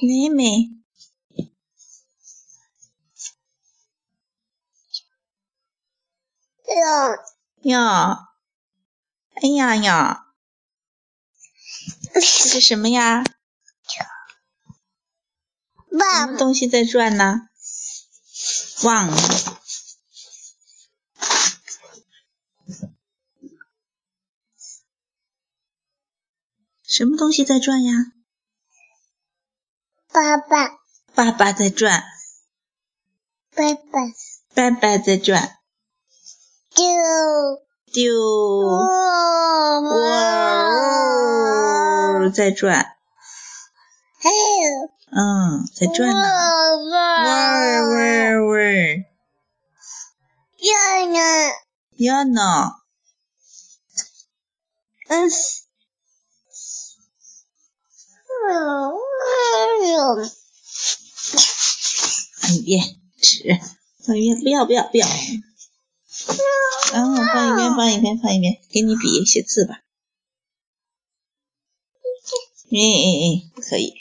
美美六呀，哎呀呀， 这是什么呀？爸什爸么东西在转呢？忘了。什么东西在转呀？爸爸爸爸在转，爸爸爸爸在转，六丢哇我哦，在转，还嗯，在有转我呢。哇儿哇儿哇儿，又呢呀呢？嗯。嗯哎你别吃，嗯放一边，不要不要不要。嗯，放一边，放一边，放一边，给你笔写字吧。哎哎哎，可以。